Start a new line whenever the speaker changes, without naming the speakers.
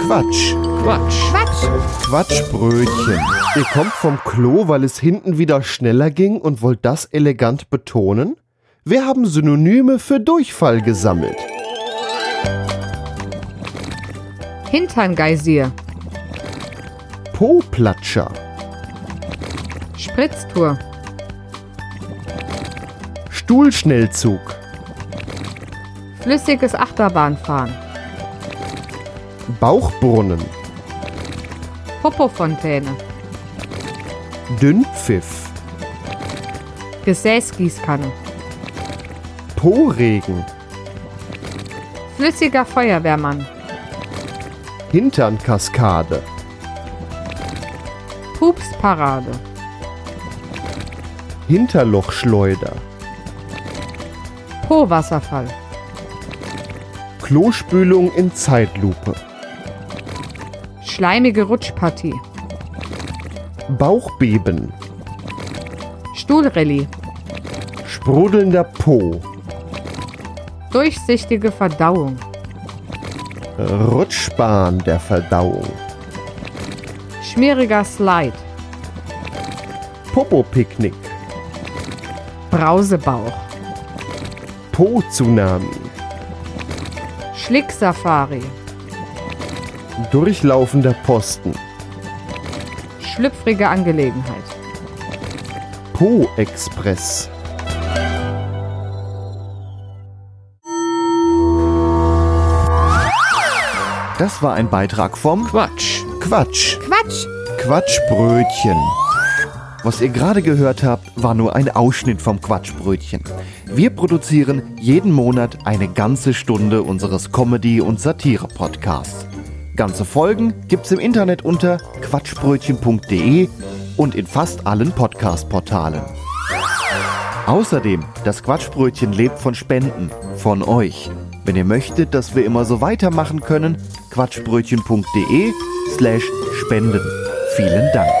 Quatsch.
Quatsch.
Quatsch.
Quatschbrötchen.
Ihr kommt vom Klo, weil es hinten wieder schneller ging und wollt das elegant betonen? Wir haben Synonyme für Durchfall gesammelt.
Hinterngeysir.
Po-Platscher,
Spritztour.
Stuhlschnellzug,
Flüssiges Achterbahnfahren.
Bauchbrunnen,
Popofontäne.
Dünnpfiff,
Gesäßgießkanne.
Po-Regen,
Flüssiger Feuerwehrmann.
Hinternkaskade,
Pupsparade.
Hinterlochschleuder,
Po-Wasserfall.
Klospülung in Zeitlupe,
Schleimige Rutschpartie.
Bauchbeben,
Stuhlrallye.
sprudelnder Po,
Durchsichtige Verdauung.
Rutschbahn der Verdauung,
Schmieriger Slide.
Popopicknick,
Brausebauch.
Po-Tsunami,
Schlicksafari.
durchlaufender Posten,
Schlüpfrige Angelegenheit.
Po-Express.
Das war ein Beitrag vom
Quatsch.
Quatsch.
Quatsch.
Quatschbrötchen. Was ihr gerade gehört habt, war nur ein Ausschnitt vom Quatschbrötchen. Wir produzieren jeden Monat eine ganze Stunde unseres Comedy- und Satire-Podcasts. Ganze Folgen gibt's im Internet unter quatschbrötchen.de und in fast allen Podcast-Portalen. Außerdem, das Quatschbrötchen lebt von Spenden, von euch. Wenn ihr möchtet, dass wir immer so weitermachen können, quatschbrötchen.de slash spenden. Vielen Dank.